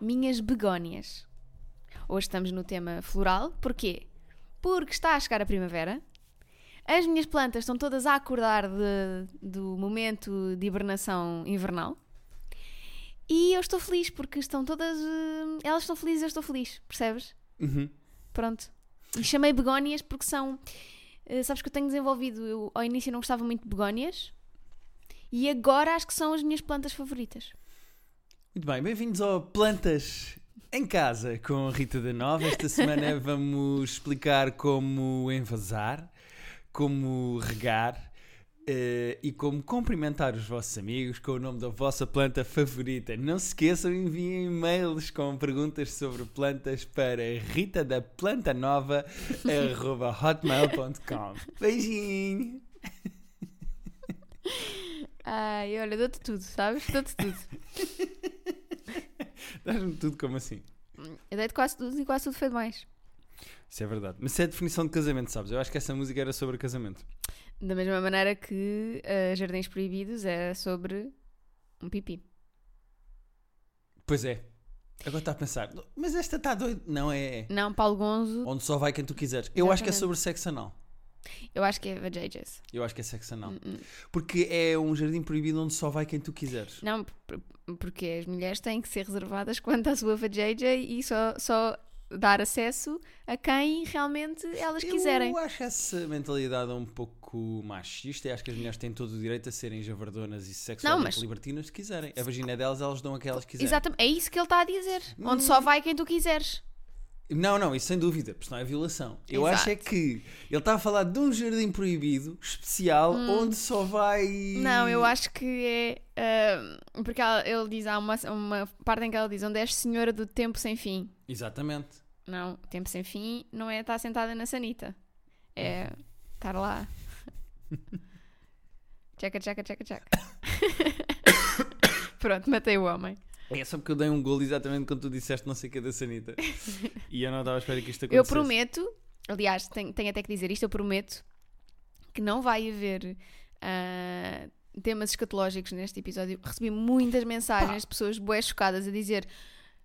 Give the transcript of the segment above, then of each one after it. minhas begónias. Hoje estamos no tema floral. Porquê? Porque está a chegar a primavera. As minhas plantas estão todas a acordar de- do momento de hibernação invernal. E eu estou feliz porque estão todas. eh, Elas estão felizes, eu estou feliz, percebes? Uhum. Pronto. E chamei begónias porque são. eh, Sabes que eu tenho desenvolvido. Eu, ao início não gostava muito de begónias. E agora acho que são as minhas plantas favoritas. Muito bem, bem-vindos ao Plantas em Casa com a Rita da Nova. Esta semana vamos explicar como envasar, como regar eh, e como cumprimentar os vossos amigos com o nome da vossa planta favorita. Não se esqueçam, enviem e-mails com perguntas sobre plantas para ritadaplantanova.hotmail.com Beijinho! Ai, olha, dou-te tudo, sabes? Dou-te tudo. Dás-me tudo como assim? Eu dei-te quase tudo e quase tudo foi demais. Isso é verdade. Mas isso é a definição de casamento, sabes? Eu acho que essa música era sobre casamento. Da mesma maneira que eh, Jardins Proibidos era sobre um pipi. Pois é. Agora está a pensar, mas esta está doida. Não é. Não, Paulo Gonzo, Onde só vai quem tu quiseres. Eu acho que é Exatamente. sobre sexo anal. eu acho que é a JJ's. Eu acho que é sexo anal. Hum, Porque é um jardim proibido onde só vai quem tu quiseres. Não, por- por- porque as mulheres têm que ser reservadas quanto à sua vajayjay e só, só dar acesso a quem realmente elas quiserem. Eu acho essa mentalidade um pouco machista e acho que as mulheres têm todo o direito a serem javardonas e sexualmente mas- libertinas se quiserem. A vagina é delas, elas dão a que elas quiserem. Exatamente, é isso que ele está a dizer. Onde Hum. só vai quem tu quiseres. Não, não, isso sem dúvida, porque senão é violação. Eu Exato. acho é que ele está a falar de um jardim proibido, especial, onde só vai. Hum. Não, eu acho que é. ah, porque ela- ele diz, há uma, uma parte em que ela diz: Onde és senhora do tempo sem fim? Exatamente. Não, tempo sem fim não é estar sentada na sanita. É estar lá. Tchaca, tchaca, tchaca, tchaca. Pronto, matei o homem. É só porque eu dei um golo exatamente quando tu disseste não sei o que da Sanita. e eu não estava à espera que isto Eu acontecesse. prometo, aliás, tenho, tenho até que dizer isto, eu prometo que não vai haver ah, temas escatológicos neste episódio. Recebi muitas mensagens de pessoas bué chocadas a dizer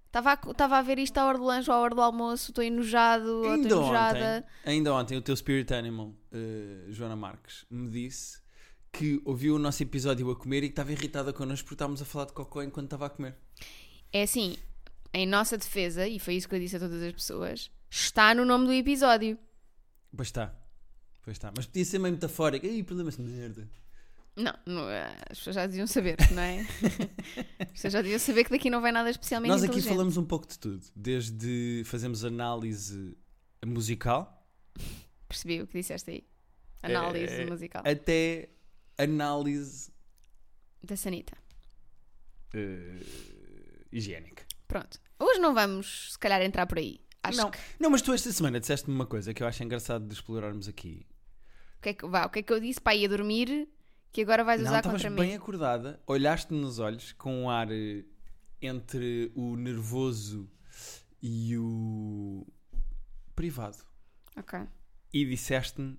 estava a, co- estava a ver isto à hora do lanche ou à hora do almoço, estou enojado, ou Ainda estou enojada. ontem, ainda ontem, o teu Spirit Animal, eh, Joana Marques, me disse que ouviu o nosso episódio a comer e que estava irritada connosco porque estávamos a falar de cocó enquanto estava a comer. É assim, em nossa defesa, e foi isso que eu disse a todas as pessoas, está no nome do episódio. Pois está. Pois está. Mas podia ser meio metafórico. Ih, problemas de merda. Não, não, eh, as pessoas já deviam saber, não é? as pessoas já deviam saber que daqui não vai nada especialmente Nós aqui inteligente. falamos um pouco de tudo. Desde fazemos análise musical. Percebi o que disseste aí. Análise É, é, musical. até análise Da Sanita. eh, higiênica. Pronto. Hoje não vamos, se calhar, entrar por aí. Acho não. que. não, mas tu esta semana disseste-me uma coisa que eu acho engraçado de explorarmos aqui. O que, é que, vá, o que é que eu disse para ir a dormir que agora vais não, usar estavas contra bem mim? acordada, olhaste-me nos olhos com um ar eh, entre o nervoso e o privado Ok. e disseste-me: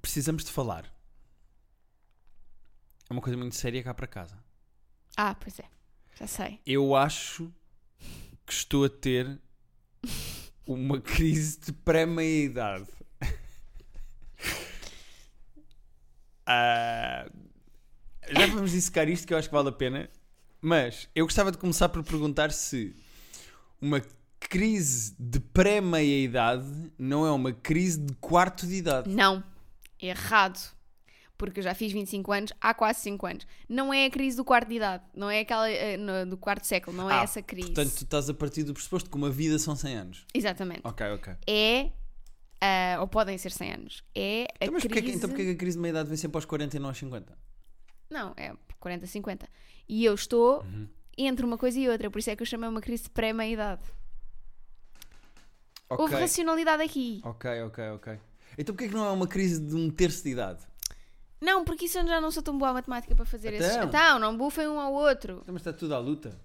precisamos de falar. É uma coisa muito séria cá para casa. Ah, pois é. Já sei. Eu acho que estou a ter uma crise de pré-meia-idade. Ah, já vamos dissecar isto que eu acho que vale a pena. Mas eu gostava de começar por perguntar se uma crise de pré-meia-idade não é uma crise de quarto de idade. Não. Errado. Porque eu já fiz 25 anos há quase 5 anos. Não é a crise do quarto de idade. Não é aquela eh, no- do quarto século. Não é Ah, essa crise. Portanto, tu estás a partir do pressuposto que uma vida são 100 anos. Exatamente. Ok, ok. É. ah, ou podem ser 100 anos. É a Então, mas crise. porquê, que- então porquê que a crise de meia-idade vem sempre aos 40 e não aos 50? Não, é 40, 50. E eu estou Uhum. entre uma coisa e outra, por isso é que eu chamei uma crise de pré-meia-idade. Ok. Houve racionalidade aqui. Ok, ok, ok. Então porquê que não é uma crise de um terço de idade? Não, porque isso eu já não sou tão boa à matemática para fazer esses. Então. Então, não bufem um ao outro. Então, mas está tudo à luta.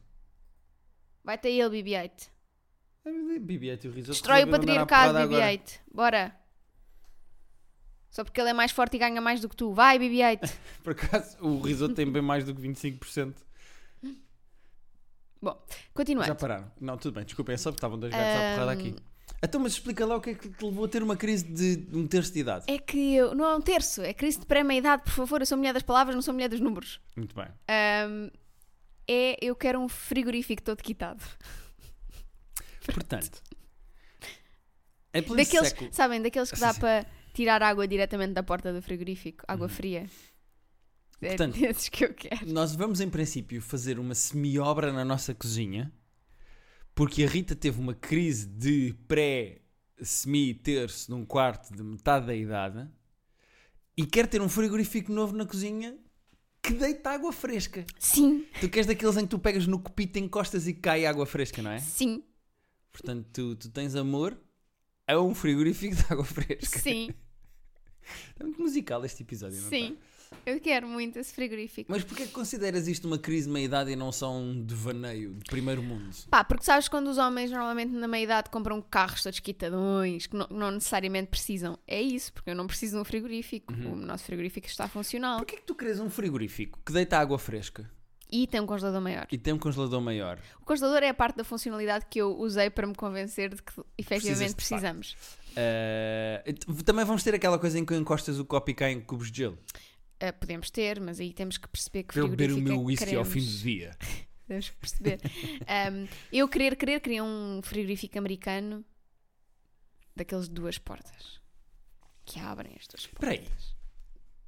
Vai ter ele, BB-8. BB-8 e o risoto. Destrói o resolveram andar à patriarcado, porrada agora. BB-8. Bora. Só porque ele é mais forte e ganha mais do que tu. Vai, BB-8. Por acaso, o risoto tem bem mais do que 25%. Bom, continuando. Já pararam? Não, tudo bem, desculpem, é só porque estavam dois gatos à porrada Ahm. aqui. Então, mas explica lá o que é que te levou a ter uma crise de um terço de idade. É que eu, não é um terço, é crise de pré-meia-idade, por favor, eu sou mulher das palavras, não sou mulher dos números. Muito bem. Ahm, é, eu quero um frigorífico todo quitado. Portanto, em pleno Daqueles, século. sabem, daqueles que Ah, Sim, dá sim. para tirar água diretamente da porta do frigorífico, água fria. É Portanto- desses que eu quero. Nós vamos, em princípio, fazer uma semi-obra na nossa cozinha, porque a Rita teve uma crise de pré-semi-terço num quarto de metade da idade e quer ter um frigorífico novo na cozinha que deita água fresca. Sim, Tu queres daqueles em que tu pegas no copito, encostas e cai água fresca, não é? sim, Portanto, tu, tu tens amor a um frigorífico de água fresca. sim, É muito musical este episódio, não é? sim. Eu quero muito esse frigorífico. Mas porquê é que consideras isto uma crise de meia-idade e não só um devaneio de primeiro mundo? Pá, porque sabes quando os homens normalmente na meia-idade compram carros todos quitadões, que não, não necessariamente precisam. É isso, porque eu não preciso de um frigorífico. Uhum. O nosso frigorífico está funcional. Porquê é que tu queres um frigorífico que deita água fresca E tem um congelador maior. e tem um congelador maior? O congelador é a parte da funcionalidade que eu usei para me convencer de que efetivamente Precisas de precisamos. Ah, t- também vamos ter aquela coisa em que encostas o copo e cai em cubos de gelo. Ah, podemos ter, mas aí temos que perceber que Para eu beber o frigorífico é meu que whisky ao queremos. fim do dia. Temos que perceber. Um, eu querer, querer, queria um frigorífico americano daqueles de duas portas que abrem as duas portas. Espera aí.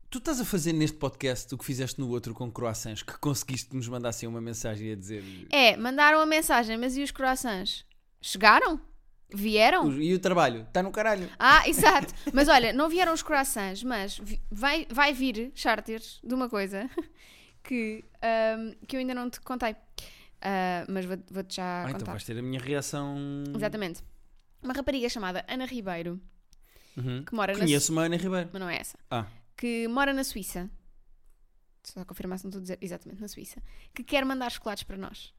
Tu estás a fazer neste podcast o que fizeste no outro com croissants, que conseguiste que nos mandassem uma mensagem a dizer... É, mandaram a mensagem, mas e os croissants? Chegaram? Vieram? E o trabalho? Está no caralho. Ah, exato. Mas olha, não vieram os croissants, mas vi- vai, vai vir charters de uma coisa que, um, que eu ainda não te contei. Ah, mas vou- vou-te já Ah, contar. então vais ter a minha reação... Exatamente. Uma rapariga chamada Ana Ribeiro, Uhum. que mora na Conheço uma Ana Ribeiro. mas não é essa. Ah. Que mora na Suíça. Só confirmar se não estou a dizer exatamente na Suíça. Que quer mandar chocolates para nós.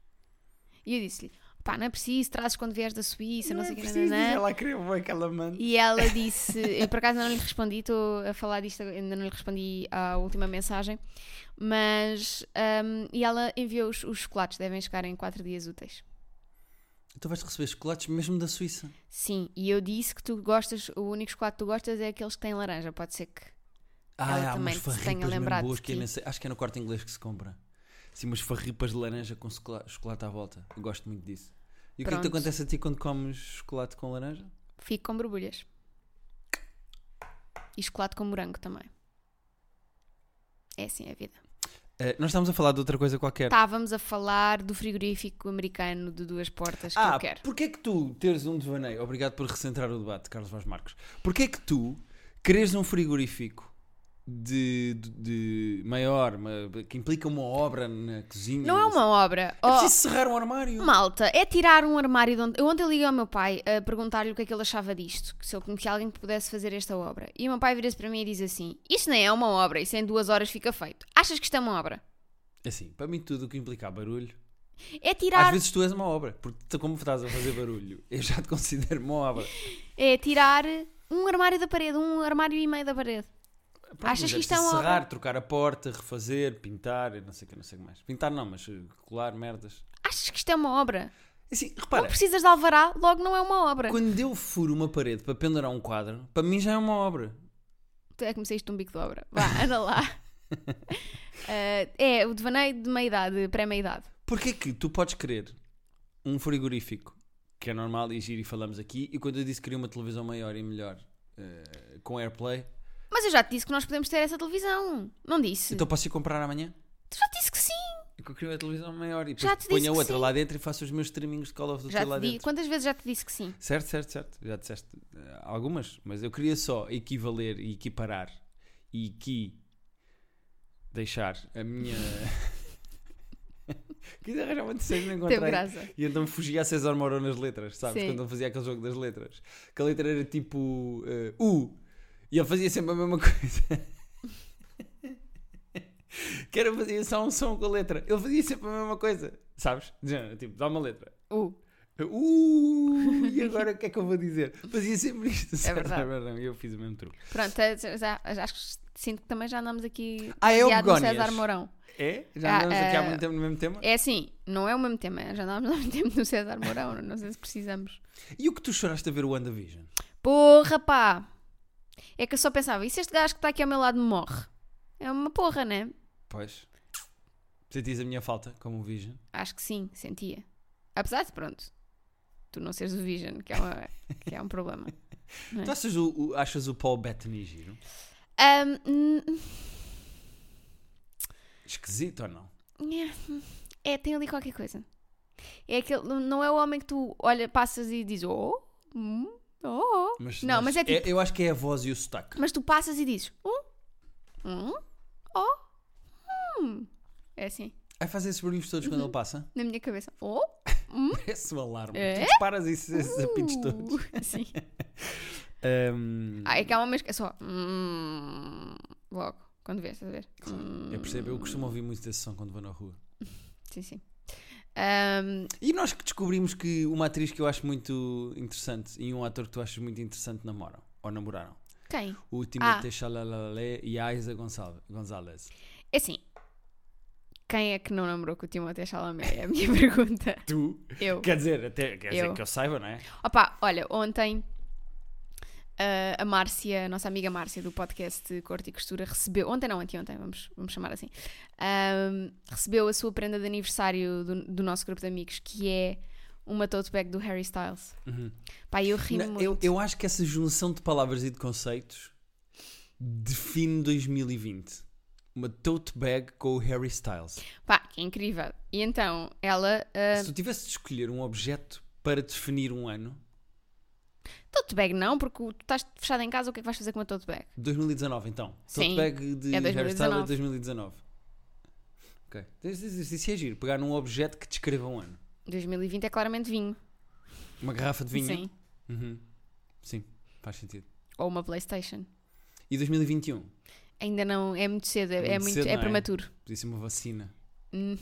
E eu disse-lhe: pá, não é preciso, trazes quando vieres da Suíça, não, sei o que, nananã." é ela queria bem que ela manda. E ela disse: eu por acaso ainda não lhe respondi, estou a falar disto, ainda não lhe respondi à última mensagem. Mas. hum, e ela enviou os, os chocolates, devem chegar em 4 dias úteis. Tu vais receber chocolates mesmo da Suíça. Sim, e eu disse que tu gostas, o único chocolate que tu gostas é aqueles que têm laranja, pode ser que. Ah, Ela há também umas se tenha farripas mesmo lembrado boas de que eu ti. nem sei. Acho que é no quarto inglês que se compra. Sim, umas farripas de laranja com chocola- chocolate à volta. Eu gosto muito disso. E o que é que te Pronto. acontece a ti quando comes chocolate com laranja? Fico com borbulhas. E chocolate com morango também. É assim a vida. Eh, nós estamos a falar de outra coisa qualquer. Estávamos a falar do frigorífico americano de duas portas que ah, eu quero. porque é que tu teres um devaneio? Obrigado por recentrar o debate, Carlos Vaz Marcos. Porquê é que tu quereres um frigorífico de, de- de maior, ma- que implica uma obra na cozinha? Não é uma obra. É Oh, preciso serrar um armário. Malta, é tirar um armário de onde. Eu ontem liguei ao meu pai a perguntar-lhe o que é que ele achava disto, que se eu conhecia alguém que pudesse fazer esta obra. E o meu pai vira-se para mim e diz assim: Isso não é uma obra, isso em duas horas fica feito. Achas que isto é uma obra? Assim, para mim tudo o que implicar barulho É Às tirar vezes tu és uma obra, porque tu, como estás a fazer barulho, eu já te considero uma obra. é tirar um armário da parede, um armário e meio da parede. Pronto, Achas mas que isto é uma obra? serrar, trocar a porta, refazer, pintar, eu não sei o que, não sei o que mais. Pintar não, mas eh, colar merdas. Achas que isto é uma obra? Assim, Não repara, precisas de alvará, logo não é uma obra. quando eu furo uma parede para pendurar um quadro, para mim já é uma obra. Tu é que me saíste um bico de obra. Vá, anda lá. Ah, é, o devaneio de meia-idade, pré-meia-idade. Porquê que tu podes querer um frigorífico, que é normal e giro e falamos aqui, e quando eu disse que queria uma televisão maior e melhor, eh, com AirPlay, Mas eu já te disse que nós podemos ter essa televisão. Não disse? então posso ir comprar amanhã? Tu já te disse que sim. É que Eu queria uma televisão maior e Já depois te disse ponho a que outra sim. lá dentro e faço os meus streamings de Call of Duty Já lá te dentro. di. Quantas vezes já te disse que sim? Certo, certo, certo. Já disseste eh, algumas, mas eu queria só equivaler e equiparar e que deixar a minha. Quis arranjar uma terceira e não Teve encontrei. graça. E então fugia a César Moro nas letras, sabes? Sim. Quando ele fazia aquele jogo das letras. Que a letra era tipo eh, U. E ele fazia sempre a mesma coisa. que era fazia só um som com a letra. Ele fazia sempre a mesma coisa, sabes? De género, Tipo, dá uma letra. Uh, Uh, e agora o que é que eu vou dizer? Fazia sempre isto. É certo? verdade. não, Eu fiz o mesmo truque. eh, pronto, já- já- acho que sinto que também já andamos aqui Ah, é baseado no Obgónias. César Mourão. É? Já andamos Ah, aqui há ah, muito tempo no mesmo tema? É assim, não é o mesmo tema, já andámos ao mesmo tempo no César Mourão, não sei se precisamos. E o que tu choraste a ver o WandaVision? Porra, pá! É que eu só pensava, e se este gajo que está aqui ao meu lado morre? É uma porra, né? Pois. Sentis a minha falta como Vision? Acho que sim, sentia. Apesar de, pronto, tu não seres o Vision, que é, uma- que é um problema. É. Tu achas o, o- achas o Paul Bettany giro? Ahm, hum, Esquisito ou não? é, tem ali qualquer coisa. É aquele, não é o homem que tu olha, passas e dizes, oh, hum, oh, oh. Não, mas é tipo- Eu acho que é a voz e o sotaque. Mas tu passas e dizes, hum, hum, oh, hum. É assim, Aí faz esses barulhos todos quando Uhum. ele passa. na minha cabeça, oh, Parece um alarme. É? Tu disparas esses, esses apitos todos. uh, Sim. Ahm, Ah, é que há homens que é só, hum, logo, quando vês, estás a ver? Hum, eu percebo, eu costumo ouvir muito desse som quando vou na rua. Sim, sim. Hum, Ahm, E nós que descobrimos que uma atriz que eu acho muito interessante e um ator que tu achas muito interessante namoram ou namoraram. quem? O Timothée Ah. Chalalalé e a Isa Gonçal- Gonzalez. É assim. Quem é que não namorou com o Timothée Chalamet? É a minha pergunta. Tu? Eu. Quer dizer, até, quer dizer Eu. que eu saiba, não é? Opa, olha, ontem ah, a Márcia, a nossa amiga Márcia do podcast Corte e Costura, recebeu. Ontem não, anteontem, vamos, vamos chamar assim. ahm, recebeu a sua prenda de aniversário do, do nosso grupo de amigos, que é uma tote bag do Harry Styles. Uhum. Pá, eu ri Não, muito. eu, eu acho que essa junção de palavras e de conceitos define 2020. Uma tote bag com o Harry Styles. Pá, que é incrível. E então, ela. ah, Se tu tivesse de escolher um objeto para definir um ano, tote bag não, porque tu estás fechado em casa, o que é que vais fazer com uma tote bag? 2019 então. Sim, Tote bag de é Harry 2019. Styles é 2019. Ok. Isso, isso- isso é giro. Pegar num objeto que descreva um ano. 2020 é claramente vinho. Uma garrafa de vinho. Sim. Uhum. Sim, faz sentido. Ou uma Playstation. E 2021? Ainda não, é muito cedo, é, Muito é muito, cedo, é não é? prematuro. Podia ser uma vacina. É Hum,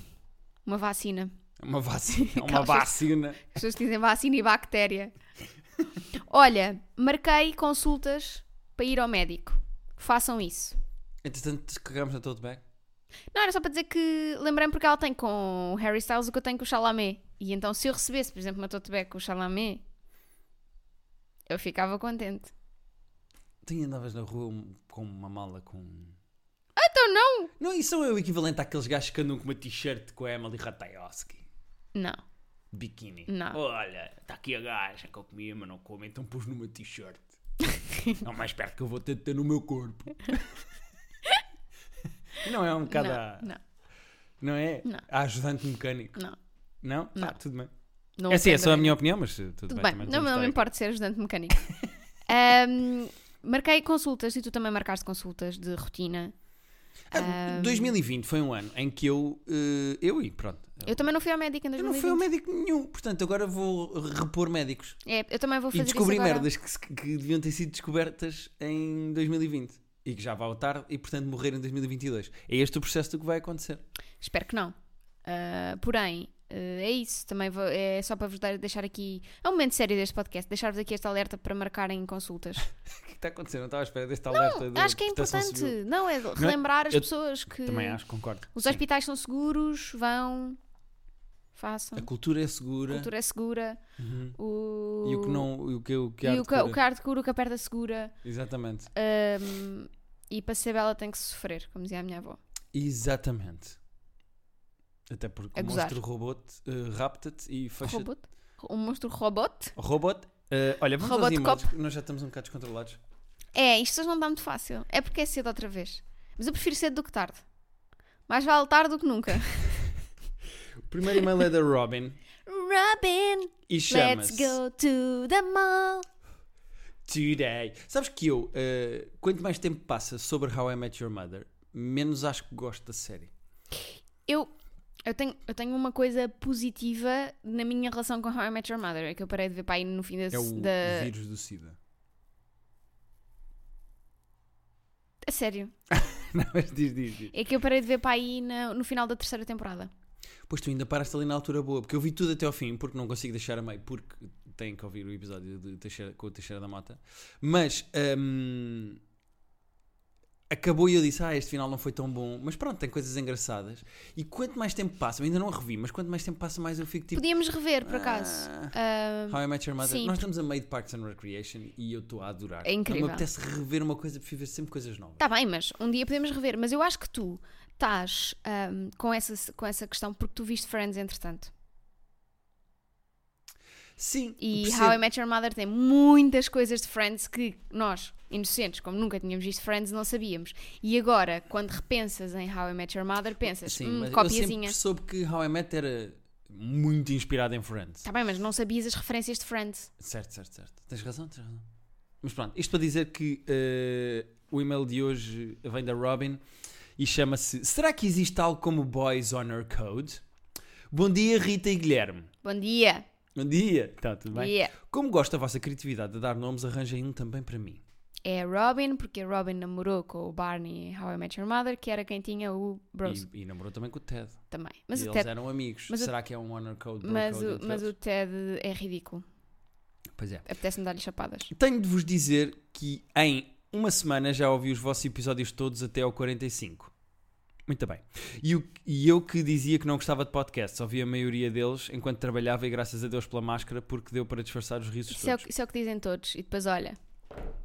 uma vacina. Uma vacina. Uma Aquelas- vacina. As pessoas que dizem vacina e bactéria. Olha, marquei consultas para ir ao médico. Façam isso. Entretanto, cagamos na tote bag. Não, era só para dizer que lembrei-me porque ela tem com o Harry Styles o que eu tenho com o Chalamet. E então se eu recebesse, por exemplo, uma tote bag com o Chalamet, eu ficava contente. Tu ainda andavas na rua um, com uma mala com. Então não! Não, isso é o equivalente àqueles gajos que andam com uma t-shirt com a Emily Ratajkowski. Não. de biquíni. Não. Olha, está aqui a gaja que eu comia, mas não como, então pus numa t-shirt. é o mais perto que eu vou ter de ter no meu corpo. não é um bocado. a- Não, não é? Não. A ajudante mecânico. não, não. Não? Não. Ah, tudo bem. Não é sim, é ofenda só a ninguém. minha opinião, mas uh, tudo, Tudo bem. bem, não, também não podemos me estar importa ser ajudante mecânico. Ahm, marquei consultas e tu também marcaste consultas de rotina. aqui. Ah, 2020 foi um ano em que eu. uh, eu e pronto. Eu também não fui ao médico em Eu não fui ao 2020. médico nenhum, portanto agora vou repor médicos. É, eu também vou fazer E descobri isso agora. merdas que, se- que deviam ter sido descobertas em 2020 e que já vão tarde e, portanto, morrer em 2022. É este o processo do que vai acontecer. Espero que não. Ah, porém, ah, é isso. Também vou- é só para vos dar- deixar aqui. É um momento sério deste podcast. Deixar-vos aqui este alerta para marcarem consultas. O que está a acontecer? Não estava à espera deste alerta. da Acho que é Proteção importante. Civil. Não, é de relembrar as eu pessoas que Também acho, concordo. os Sim. hospitais são seguros, vão, façam. A cultura é A segura cultura é segura. Uhum. O... e o que não. E o que, o que há e de o, ca- o cura. que a arte cura, o que a perda segura. Exatamente. Ahm, e para ser bela tem que sofrer, como dizia a minha avó. Exatamente. Até porque A o É gozar. monstro robô eh, rapta-te e fecha-te. Robot? Um monstro robot? Robot. Eh, olha, vamos aos Robocop. e-mails, que nós já estamos um bocado descontrolados. É, isto hoje não dá muito fácil. É porque é cedo outra vez. Mas eu prefiro cedo do que tarde. Mais vale tarde do que nunca. O primeiro e-mail é da Robin Robin, e let's chama-se. go to the mall. Today. Sabes que eu, eh, quanto mais tempo passa sobre How I Met Your Mother, menos acho que gosto da série. Eu, eu, tenho, eu tenho uma coisa positiva na minha relação com How I Met Your Mother. É que eu parei de ver para aí no fim da, É o da- vírus do SIDA. A sério. Não, mas diz, diz, diz. É que eu parei de ver para aí na- no final da terceira temporada. Pois tu ainda paraste ali na altura boa, porque eu vi tudo até ao fim, porque não consigo deixar a meio, porque tenho que ouvir o episódio de Teixeira- com o Teixeira da Mota. Mas, ehm, hum, acabou e eu disse, ah, este final não foi tão bom. Mas pronto, tem coisas engraçadas. E quanto mais tempo passa, eu ainda não a revi, mas quanto mais tempo passa, mais eu fico tipo. Podíamos rever, por acaso. Ah, How I Met Your Mother. Sim, porque- Nós estamos a meio de Parks and Recreation e eu estou a adorar. É incrível. Não me apetece rever uma coisa, prefiro ver sempre coisas novas. Tá bem, mas um dia podemos rever. Mas eu acho que tu estás ahm, com, essa, com essa questão porque tu viste Friends entretanto. Sim, E percebo. How I Met Your Mother tem muitas coisas de Friends que nós, inocentes, como nunca tínhamos visto Friends, não sabíamos. E agora, quando repensas em How I Met Your Mother, pensas, Sim, hum, mas eu copiazinha. sempre soube que How I Met era muito inspirado em Friends. Tá bem, mas não sabias as referências de Friends. Certo, certo, certo. Tens razão, tens razão. Mas pronto, isto para dizer que eh, o e-mail de hoje vem da Robin e chama-se Será que existe algo como Boys Honor Code? Bom dia, Rita e Guilherme. Bom dia! Bom dia. Está tudo bem? Yeah. Como gosto da vossa criatividade de dar nomes, arranjem um também para mim. É a Robin, porque a Robin namorou com o Barney em How I Met Your Mother, que era quem tinha o Bros E, e namorou também com o Ted. também. Mas e o eles Ted, eram amigos. mas o- Será que é um Honor Code? bro mas code o, entre mas o eles? Ted é ridículo. Pois é. Apetece-me dar-lhe chapadas. Tenho de vos dizer que em uma semana já ouvi os vossos episódios todos até ao 45. Muito bem. E, o- e eu que dizia que não gostava de podcasts, ouvi a maioria deles enquanto trabalhava e graças a Deus pela máscara, porque deu para disfarçar os risos Isso é, o, todos. que- isso é o que dizem todos. E depois, olha,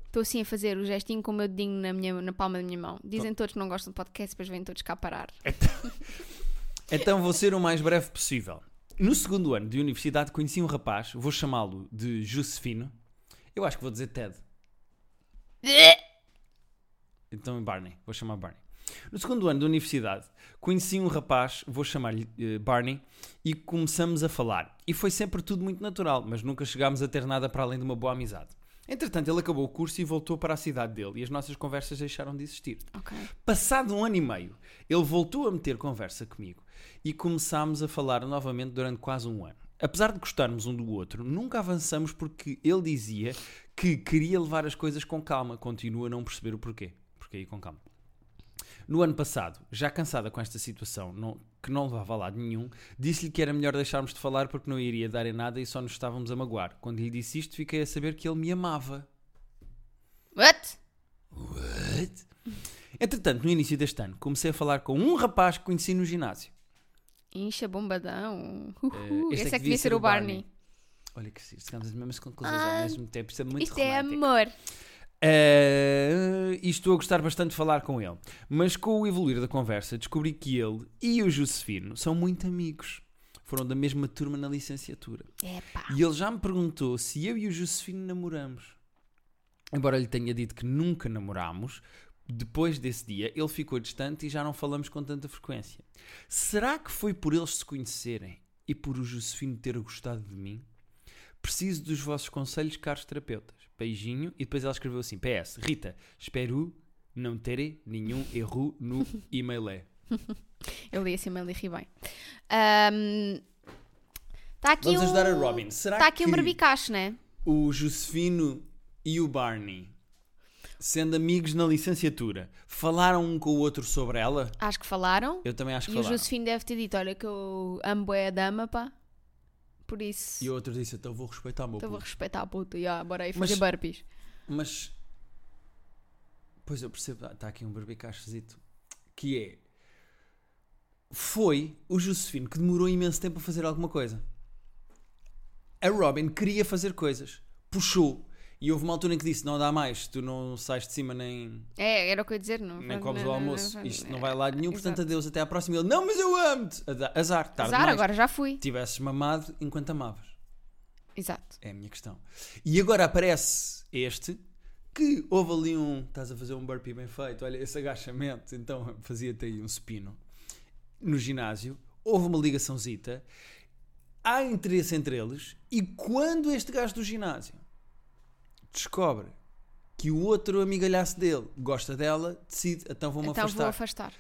estou assim a fazer o gestinho com o meu dedinho na, minha, na palma da minha mão. Dizem todos que não gostam de podcast, depois vêm todos cá parar. Então vou ser o mais breve possível. No segundo ano de universidade conheci um rapaz, vou chamá-lo de Josefino. Eu acho que vou dizer Ted. Então Barney, vou chamar Barney. No segundo ano da universidade, conheci um rapaz, vou chamar-lhe eh, Barney, e começamos a falar. E foi sempre tudo muito natural, mas nunca chegámos a ter nada para além de uma boa amizade. Entretanto, ele acabou o curso e voltou para a cidade dele, e as nossas conversas deixaram de existir. Ok. Passado um ano e meio, ele voltou a meter conversa comigo e começámos a falar novamente durante quase um ano. Apesar de gostarmos um do outro, nunca avançamos porque ele dizia que queria levar as coisas com calma. Continua a não perceber o porquê. Porque aí com calma. No ano passado, já cansada com esta situação, não- que não levava a lado nenhum, disse-lhe que era melhor deixarmos de falar porque não iria dar em nada e só nos estávamos a magoar. Quando lhe disse isto, fiquei a saber que ele me amava. What? What? Entretanto, no início deste ano, comecei a falar com um rapaz que conheci no ginásio. Incha bombadão. Uhul. Eh, Esse, é que devia ser o Barney. Olha que sim, chegamos às mesmas conclusões Ah, ao mesmo tempo, isto é muito Isto é romântico. amor. Eh, e estou a gostar bastante de falar com ele. Mas com o evoluir da conversa, descobri que ele e o Josefino são muito amigos. Foram da mesma turma na licenciatura. Epá. E ele já me perguntou se eu e o Josefino namoramos. Embora lhe tenha dito que nunca namorámos, depois desse dia ele ficou distante e já não falamos com tanta frequência. Será que foi por eles se conhecerem e por o Josefino ter gostado de mim? Preciso dos vossos conselhos, caros terapeutas. Beijinho. E depois ela escreveu assim: PS, Rita, espero não terem nenhum erro no e-mail. Eu li assim, mas li ri bem. Está aqui Vamos um... ajudar a Robin. Será Está aqui que um barbicacho, né? o Josefino e o Barney, sendo amigos na licenciatura, falaram um com o outro sobre ela? Acho que falaram. Eu também acho e que o falaram. Josefino deve ter dito: Olha, que eu amo é a dama, pá. Por isso. E o outro disse, então vou respeitar o meu Então vou puto. respeitar a puta. Ya, bora aí Mas- fazer burpees. Mas, pois eu percebo, está aqui um barbicachozito, que é, foi o Josefino que demorou imenso tempo a fazer alguma coisa. A Robin queria fazer coisas, puxou, e houve uma altura em que disse, não dá mais, tu não sais de cima nem... É, era o que eu ia dizer, não. Nem não- comes o não- almoço, não- isto não vai a lado nenhum, portanto Exato. adeus, até à próxima. E Ele, não, mas eu amo-te! Ada- Azar, tarde Azar, demais. Tipo, agora já fui. Tivesses mamado enquanto amavas. Exato. É a minha questão. E agora aparece este, que houve ali um, estás a fazer um burpee bem feito, olha esse agachamento, então fazia-te aí um supino. No ginásio, houve uma ligaçãozita, há interesse entre eles, e quando este gajo do ginásio descobre que o outro amigalhaço dele gosta dela, decide, então vou-me então afastar. vou afastar.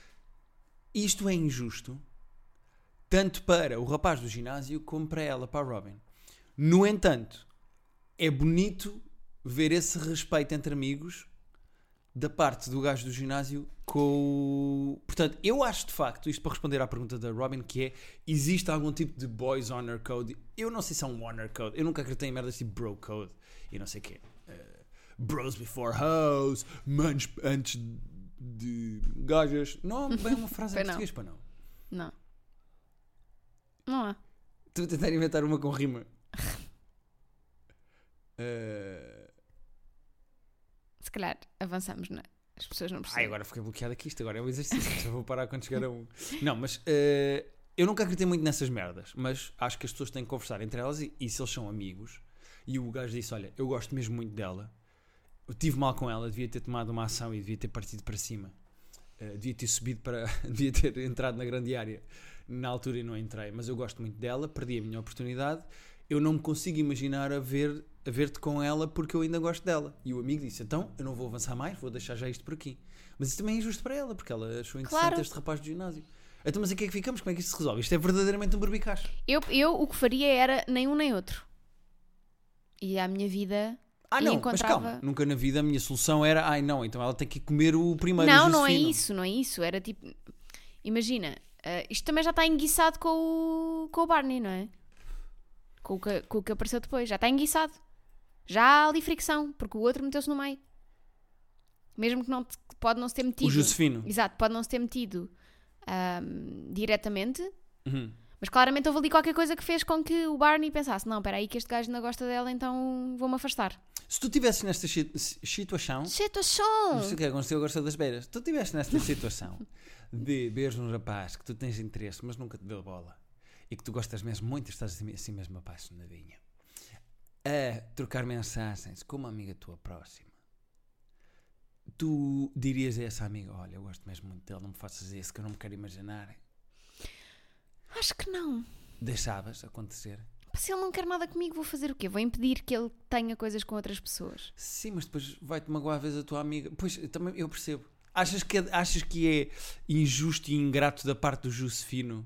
Isto é injusto, tanto para o rapaz do ginásio como para ela, para a Robin. No entanto, é bonito ver esse respeito entre amigos da parte do gajo do ginásio com o. Portanto, eu acho de facto, isto para responder à pergunta da Robin, que é: existe algum tipo de boys honor code? Eu não sei se é um honor code, eu nunca acreditei em merdas tipo bro code e não sei o quê. Eh, bros before hoes, manos antes de gajas. Não há bem uma frase em Pois não. português, para não. Não. Não há. Estou a tentar inventar uma com rima. Eh, Se calhar avançamos, não é? As pessoas não Ai, percebem. agora fiquei bloqueado aqui. Isto agora é um exercício. vou parar quando chegar a um. Não, mas eh, eu nunca acreditei muito nessas merdas. Mas acho que as pessoas têm que conversar entre elas e, e se eles são amigos. E o gajo disse: Olha, eu gosto mesmo muito dela. Eu tive mal com ela. Devia ter tomado uma ação e devia ter partido para cima. Eh, devia ter subido para. devia ter entrado na grande área. Na altura eu não entrei. Mas eu gosto muito dela. Perdi a minha oportunidade. Eu não me consigo imaginar a ver. A ver-te com ela porque eu ainda gosto dela. E o amigo disse: Então, eu não vou avançar mais, vou deixar já isto por aqui. Mas isso também é injusto para ela, porque ela achou interessante Claro. este rapaz do ginásio. Então, mas em que é que ficamos? Como é que isto se resolve? Isto é verdadeiramente um barbicacho. Eu, eu o que faria era nem um nem outro. E a minha vida. Ah, E não, encontrava- mas calma. Nunca na vida a minha solução era, ai não, então ela tem que comer o primeiro. não, não é Josefino." isso, não é isso. Era tipo. Imagina, ah, isto também já está enguiçado com o, com o Barney, não é? Com o, que, com o que apareceu depois. Já está enguiçado. Já há ali fricção, porque o outro meteu-se no meio. Mesmo que não te- que pode não se ter metido. O Josefino. Exato, pode não se ter metido ahm, diretamente, Uhum. mas claramente houve ali qualquer coisa que fez com que o Barney pensasse: não, espera aí, que este gajo ainda gosta dela, então vou-me afastar. Se tu estivesses nesta si- si- situação. Não sei Situação! o que aconteceu, agora sou das beiras. Se tu estivesse nesta situação de veres um rapaz que tu tens interesse, mas nunca te deu bola e que tu gostas mesmo muito, estás assim- assim mesmo apaixonadinha, a trocar mensagens com uma amiga tua próxima, tu dirias a essa amiga: Olha, eu gosto mesmo muito dele, não me faças isso que eu não me quero imaginar. Acho que não. Deixavas acontecer. Se ele não quer nada comigo, vou fazer o quê? Vou impedir que ele tenha coisas com outras pessoas. Sim, mas depois vai-te magoar a vez a tua amiga. Pois, eu também eu percebo. Achas que, é- achas que é injusto e ingrato da parte do Josefino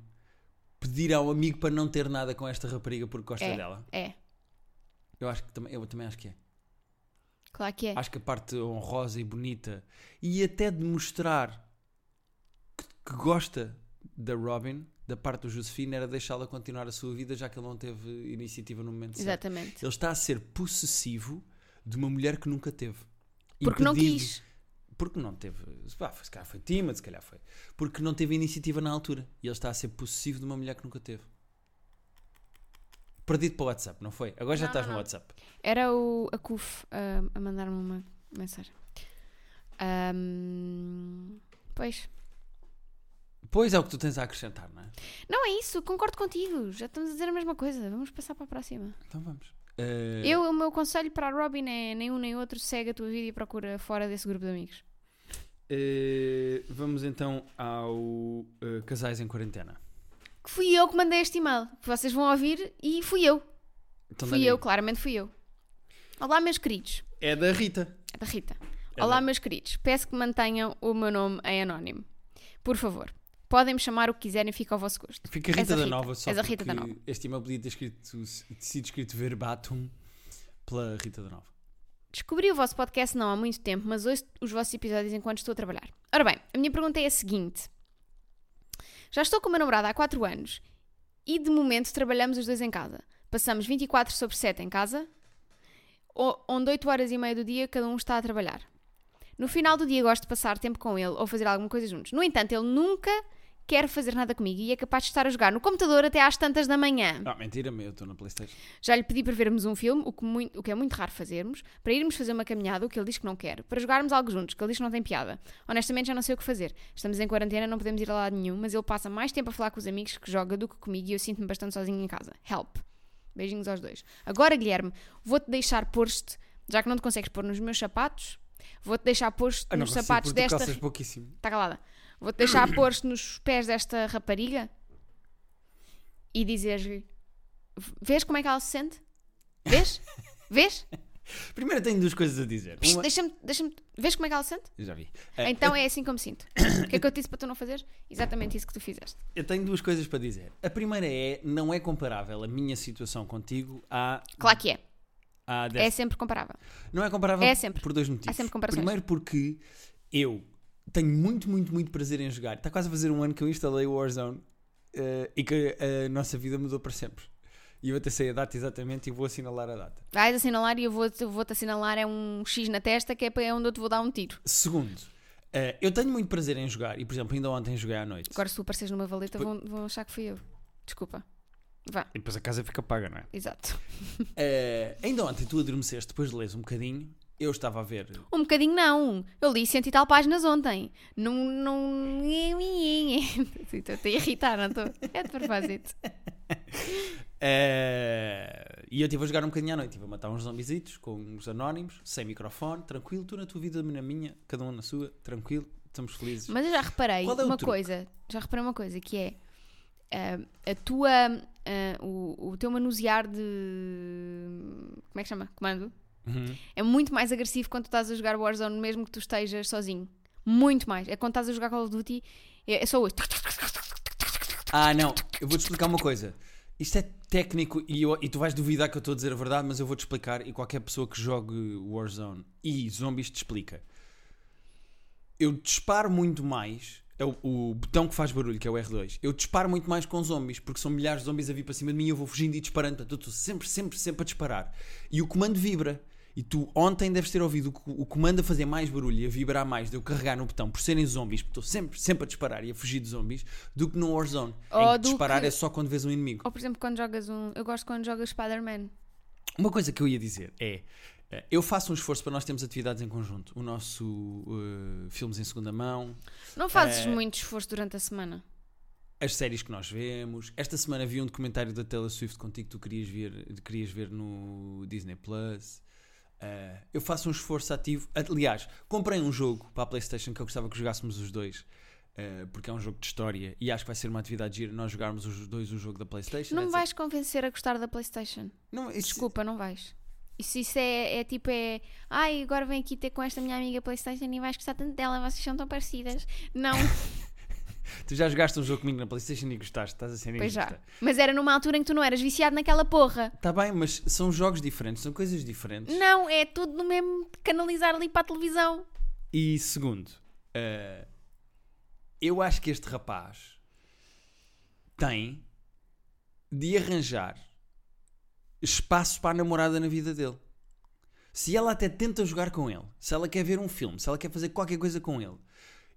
pedir ao amigo para não ter nada com esta rapariga porque gosta dela? É, Eu, acho que, também- eu também acho que é. claro que é. Acho que a parte honrosa e bonita e até demonstrar que, que gosta da Robin, da parte do Josefino, era deixá-la continuar a sua vida já que ele não teve iniciativa no momento certo. Exatamente. Ele está a ser possessivo de uma mulher que nunca teve. Porque não Impedido. quis. Porque não teve. pá, se calhar foi tímido, se calhar foi. Porque não teve iniciativa na altura. E ele está a ser possessivo de uma mulher que nunca teve. Perdido para o WhatsApp, não foi? Agora já Não, estás não, no não. WhatsApp. Era o, a CUF ah, a, mandar-me uma mensagem. Ahm, pois. Pois é o que tu tens a acrescentar, não é? Não é isso, concordo contigo. Já estamos a dizer a mesma coisa. Vamos passar para a próxima. Então vamos. Eh, Eu, o meu conselho para a Robin é nem um nem outro, segue a tua vida e procura fora desse grupo de amigos. eh, vamos então ao eh, Casais em Quarentena. Que fui eu que mandei este e-mail. que Vocês vão ouvir e fui eu. Então, fui Dani, eu, claramente fui eu. Olá, meus queridos. É da Rita. É da Rita. É Olá, da- meus queridos. Peço que mantenham o meu nome em anónimo. Por favor. Podem me chamar o que quiserem, fica ao vosso gosto. Fica Rita És a da Rita. Nova só. És a Rita da porque Este e-mail podia ter, escrito, ter sido escrito verbatim pela Rita da Nova. Descobri o vosso podcast não há muito tempo, mas ouço os vossos episódios enquanto estou a trabalhar. Ora bem, a minha pergunta é a seguinte: Já estou com o meu namorado há 4 anos e de momento trabalhamos os dois em casa. Passamos 24 sobre 7 em casa, o- onde 8 horas e meia do dia cada um está a trabalhar. No final do dia gosto de passar tempo com ele ou fazer alguma coisa juntos. No entanto, ele nunca quer fazer nada comigo e é capaz de estar a jogar no computador até às tantas da manhã. Ah, mentira, meu, eu estou na Playstation. Já lhe pedi para vermos um filme, o que, mui- o que é muito raro fazermos, para irmos fazer uma caminhada, o que ele diz que não quer, para jogarmos algo juntos, que ele diz que não tem piada. Honestamente, já não sei o que fazer. Estamos em quarentena, não podemos ir a lado nenhum, mas ele passa mais tempo a falar com os amigos que joga do que comigo e eu sinto-me bastante sozinho em casa. Help. Beijinhos aos dois. Agora, Guilherme, vou-te deixar pôr-te, já que não te consegues pôr nos meus sapatos, vou-te deixar pôr-te Ah, não nos consigo, sapatos porque tu desta. calças pouquíssimo. Está Tá calada. Vou-te deixar pôr-te nos pés desta rapariga e dizer-lhe: Vês como é que ela se sente? Vês? Vês? Primeiro tenho duas coisas a dizer. Psst, Uma- Deixa-me. Deixa Vês como é que ela se sente? Eu Já vi. Eh, Então é assim que eu me sinto. O que é que eu te disse para tu não fazer? Exatamente isso que tu fizeste. Eu tenho duas coisas para dizer. A primeira é, não é comparável a minha situação contigo à, Claro que é. à É dessa. sempre comparável. Não é comparável É sempre. por dois motivos. Há sempre comparações. Primeiro porque eu tenho muito, muito, muito prazer em jogar. Está quase a fazer um ano que eu instalei o Warzone eh, e que a nossa vida mudou para sempre. E eu até sei a data exatamente e vou assinalar a data. Vais é assinalar e eu vou- eu vou-te assinalar. É um X na testa que é para onde eu te vou dar um tiro. Segundo, Eh, eu tenho muito prazer em jogar e, por exemplo, ainda ontem joguei à noite. Agora, se tu apareceres numa valeta, Pois- vão, vão achar que fui eu. Desculpa. Vá, E depois a casa fica paga, não é? exato. Eh, ainda ontem tu adormeceste, depois de lês um bocadinho. Eu estava a ver. Um bocadinho não. Eu li cento e tal páginas ontem. Não. não... Estou-te a irritar, não estou? É de propósito. eh, e eu estive a jogar um bocadinho à noite. Estive a matar uns zombizitos com uns anónimos, sem microfone, tranquilo. Tu na tua vida, eu na minha, cada um na sua, tranquilo. Estamos felizes. Mas eu já reparei Qual é o uma truque? coisa, já reparei uma coisa que é ah, a tua ah, o, o teu manusear de como é que chama? Comando Uhum. é muito mais agressivo quando tu estás a jogar Warzone, mesmo que tu estejas sozinho. Muito mais. É quando estás a jogar Call of Duty, é, é só hoje. Ah, não, eu vou-te explicar uma coisa. Isto é técnico e, eu- e tu vais duvidar que eu estou a dizer a verdade, mas eu vou-te explicar e qualquer pessoa que jogue Warzone e zombies te explica. Eu disparo muito mais, é o, o botão que faz barulho, que é o R2, eu disparo muito mais com zombies, porque são milhares de zombies a vir para cima de mim e eu vou fugindo e disparando, portanto eu estou sempre, sempre, sempre a disparar. E o comando vibra. E tu ontem deves ter ouvido o co- o comando a fazer mais barulho e a vibrar mais de eu carregar no botão por serem zombies, porque estou sempre, sempre a disparar e a fugir de zombies, do que no Warzone. Ou em que Oh, do disparar que- é só quando vês um inimigo. Ou por exemplo, quando jogas um, eu gosto quando jogas Spider-Man. Uma coisa que eu ia dizer é: eh, eu faço um esforço para nós termos atividades em conjunto. O nosso eh, filmes em segunda mão, Não fazes É. muito esforço durante a semana. as séries que nós vemos. Esta semana vi um documentário da Taylor Swift contigo que tu querias ver, querias ver no Disney Plus. Ah, eu faço um esforço ativo. Aliás, comprei um jogo para a PlayStation que eu gostava que jogássemos os dois. ah, porque é um jogo de história e acho que vai ser uma atividade gira nós jogarmos os dois o jogo da PlayStation. Não me etc. vais convencer a gostar da PlayStation. Não, isso- Desculpa, não vais. Isso, isso é, é tipo, é. Ai, agora vem aqui ter com esta minha amiga PlayStation e vais gostar tanto dela, vocês são tão parecidas. Não, Tu já jogaste um jogo comigo na PlayStation e gostaste. Estás a ser pois já. injusta. Mas era numa altura em que tu não eras viciado naquela porra. Está bem, mas são jogos diferentes, são coisas diferentes. Não, é tudo no mesmo canalizar ali para a televisão. E segundo, eh, eu acho que este rapaz tem de arranjar espaço para a namorada na vida dele. Se ela até tenta jogar com ele, se ela quer ver um filme, se ela quer fazer qualquer coisa com ele,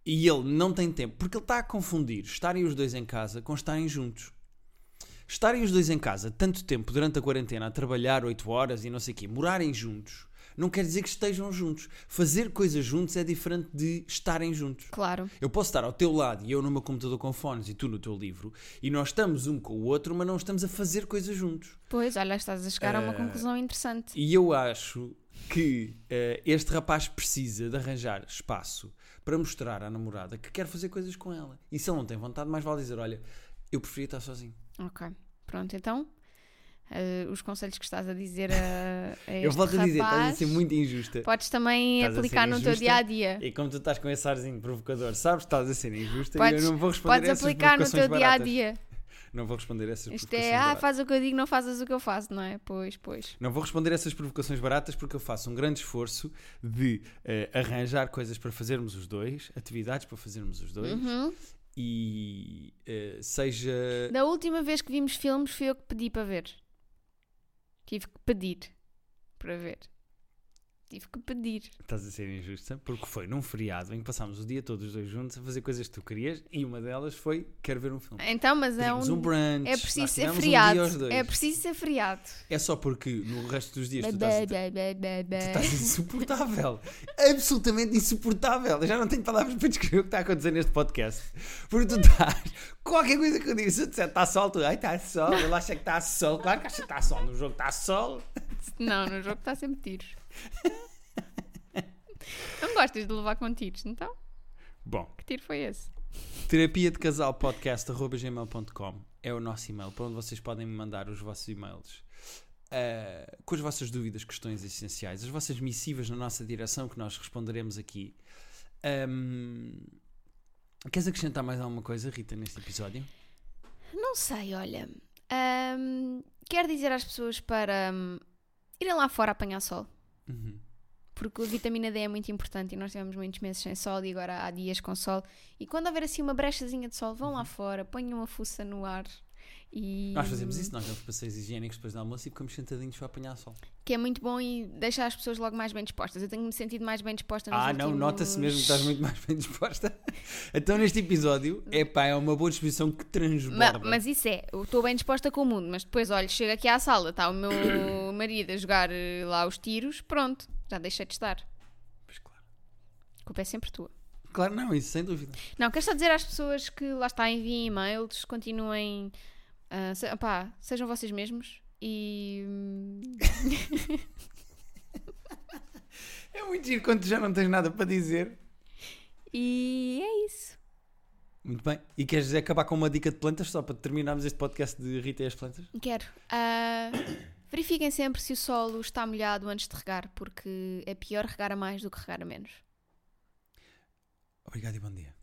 e ele não tem tempo, porque ele está a confundir estarem os dois em casa com estarem juntos. Estarem os dois em casa tanto tempo durante a quarentena a trabalhar 8 horas e não sei o quê, morarem juntos, não quer dizer que estejam juntos. Fazer coisas juntos é diferente de estarem juntos. Claro. Eu posso estar ao teu lado e eu no meu computador com fones e tu no teu livro e nós estamos um com o outro, mas não estamos a fazer coisas juntos. Pois, olha, estás a chegar a Eh, uma conclusão interessante. E eu acho que eh, este rapaz precisa de arranjar espaço para mostrar à namorada que quer fazer coisas com ela. E se ele não tem vontade, mais vale dizer: Olha, eu preferia estar sozinho. Ok. Pronto, então. eh, os conselhos que estás a dizer a, a este eu volto rapaz, a dizer: estás a ser muito injusta. Podes também Estás a ser aplicar no teu injusta. dia a dia. E como tu estás com esse arzinho provocador, sabes que estás a ser injusta Podes- e eu não vou responder Podes a essas aplicar no teu provocações dia a baratas. dia. Não vou responder a essas Isto provocações é, ah, baratas. faz o que eu digo, não fazes o que eu faço, não é? Pois, pois. Não vou responder a essas provocações baratas porque eu faço um grande esforço de eh, arranjar coisas para fazermos os dois, atividades para fazermos os dois Uhum. e eh, seja. Da última vez que vimos filmes foi eu que pedi para ver. Tive que pedir para ver. Tive que pedir. Estás a ser injusta porque foi num feriado em que passámos o dia todos os dois juntos a fazer coisas que tu querias e uma delas foi: quero ver um filme. Então, mas é Pedimos um. um brunch, é preciso nós ser tivemos um friado. dia aos dois. é preciso ser friado. É só porque no resto dos dias tu estás a Bé, bé, bé, bé, bé. Tu estás insuportável. Absolutamente insuportável. Eu já não tenho palavras para descrever o que está a acontecer neste podcast. Porque tu estás. Qualquer coisa que eu diga, se eu disser está sol, tu. Ai, está sol. Ele acha que está sol. Claro que acha que está sol. No jogo está sol. Não, no jogo está sempre tiros. não gostas de levar com tiros, então? Bom, Que tiro foi esse? terapia de casal podcast.gmail.com é o nosso e-mail para onde vocês podem me mandar os vossos e-mails. ah, com as vossas dúvidas, questões essenciais, as vossas missivas na nossa direção que nós responderemos aqui. Ahm, queres acrescentar mais alguma coisa, Rita, neste episódio? Não sei, olha. Ahm, quero dizer às pessoas para hum, irem lá fora apanhar sol. Uhum. Porque a vitamina D é muito importante e nós tivemos muitos meses sem sol e agora há dias com sol. E quando houver assim uma brechazinha de sol, vão lá fora, ponham uma fuça no ar E, Uhum. Nós fazemos isso, nós damos passeios higiênicos depois do almoço e ficamos sentadinhos para apanhar sol. Que é muito bom e deixa as pessoas logo mais bem dispostas. Eu tenho-me sentido mais bem disposta nos ah, não, últimos- nota-se mesmo que estás muito mais bem disposta. então, neste episódio, é pá, é uma boa disposição que Ma- transborda. mas isso é, eu estou bem disposta com o mundo, mas depois, olha, chego aqui à sala, está o meu marido a jogar eh, lá os tiros, pronto, já deixei de estar. Pois claro. A culpa é sempre tua. Claro, não, isso sem dúvida. Não, quero só dizer às pessoas que lá está, enviem e-mails, continuem. ah, se- opá, sejam vocês mesmos e. hum, É muito giro quando tu já não tens nada para dizer. E é isso. Muito bem. E queres acabar com uma dica de plantas só para terminarmos este podcast de Rita e as plantas? Quero. Ah, verifiquem sempre se o solo está molhado antes de regar, porque é pior regar a mais do que regar a menos. Obrigado e bom dia.